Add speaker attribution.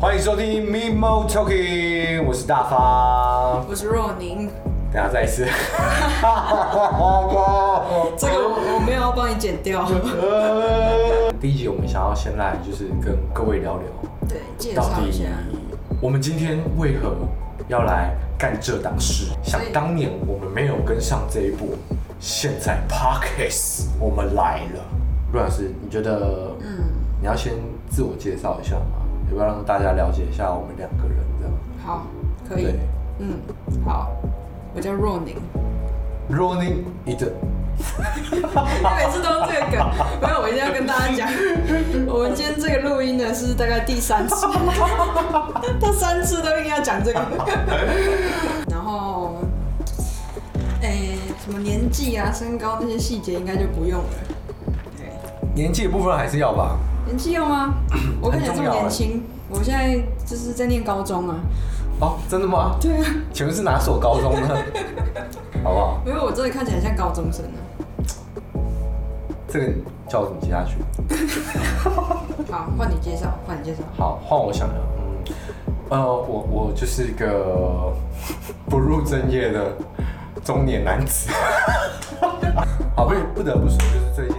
Speaker 1: 欢迎收听 Mimo Talking，我是大方。
Speaker 2: 我是若宁，
Speaker 1: 等下再一 次，呃
Speaker 2: 这个我我没有要帮你剪 掉。
Speaker 1: 第一集我们想要先来就是跟各位聊聊，
Speaker 2: 对，介
Speaker 1: 到
Speaker 2: 绍一
Speaker 1: 底
Speaker 2: 下。
Speaker 1: 我们今天为何要来干这档事？想当年我们没有跟上这一步，现在 Parkes 我们来了。陆老师，你觉得，嗯，你要先自我介绍一下吗？要不要让大家了解一下我们两个人这样？
Speaker 2: 好，可以
Speaker 1: 对。
Speaker 2: 嗯，好，我叫若宁。
Speaker 1: ，Running 你的
Speaker 2: 你每次都用这个 梗，没有，我一定要跟大家讲，我们今天这个录音呢是大概第 三次，他三次都硬要讲这个。然后，诶、什么年纪啊、身高这些细节应该就不用了。对，
Speaker 1: 年纪的部分还是要吧？
Speaker 2: 年纪用吗？我看起来这么
Speaker 1: 啊
Speaker 2: 年轻，我现在就是在念高中啊。
Speaker 1: 哦，真的吗？
Speaker 2: 对啊。
Speaker 1: 请问是哪所高中呢？好不好？
Speaker 2: 因为我真的看起来像高中生啊。
Speaker 1: 这个叫我怎么接下去？
Speaker 2: 好，换你介绍，换你介绍。
Speaker 1: 好，换我想了，嗯，呃，我我就是一个 不务正业 的中年男子。好，不不得不说，就是最近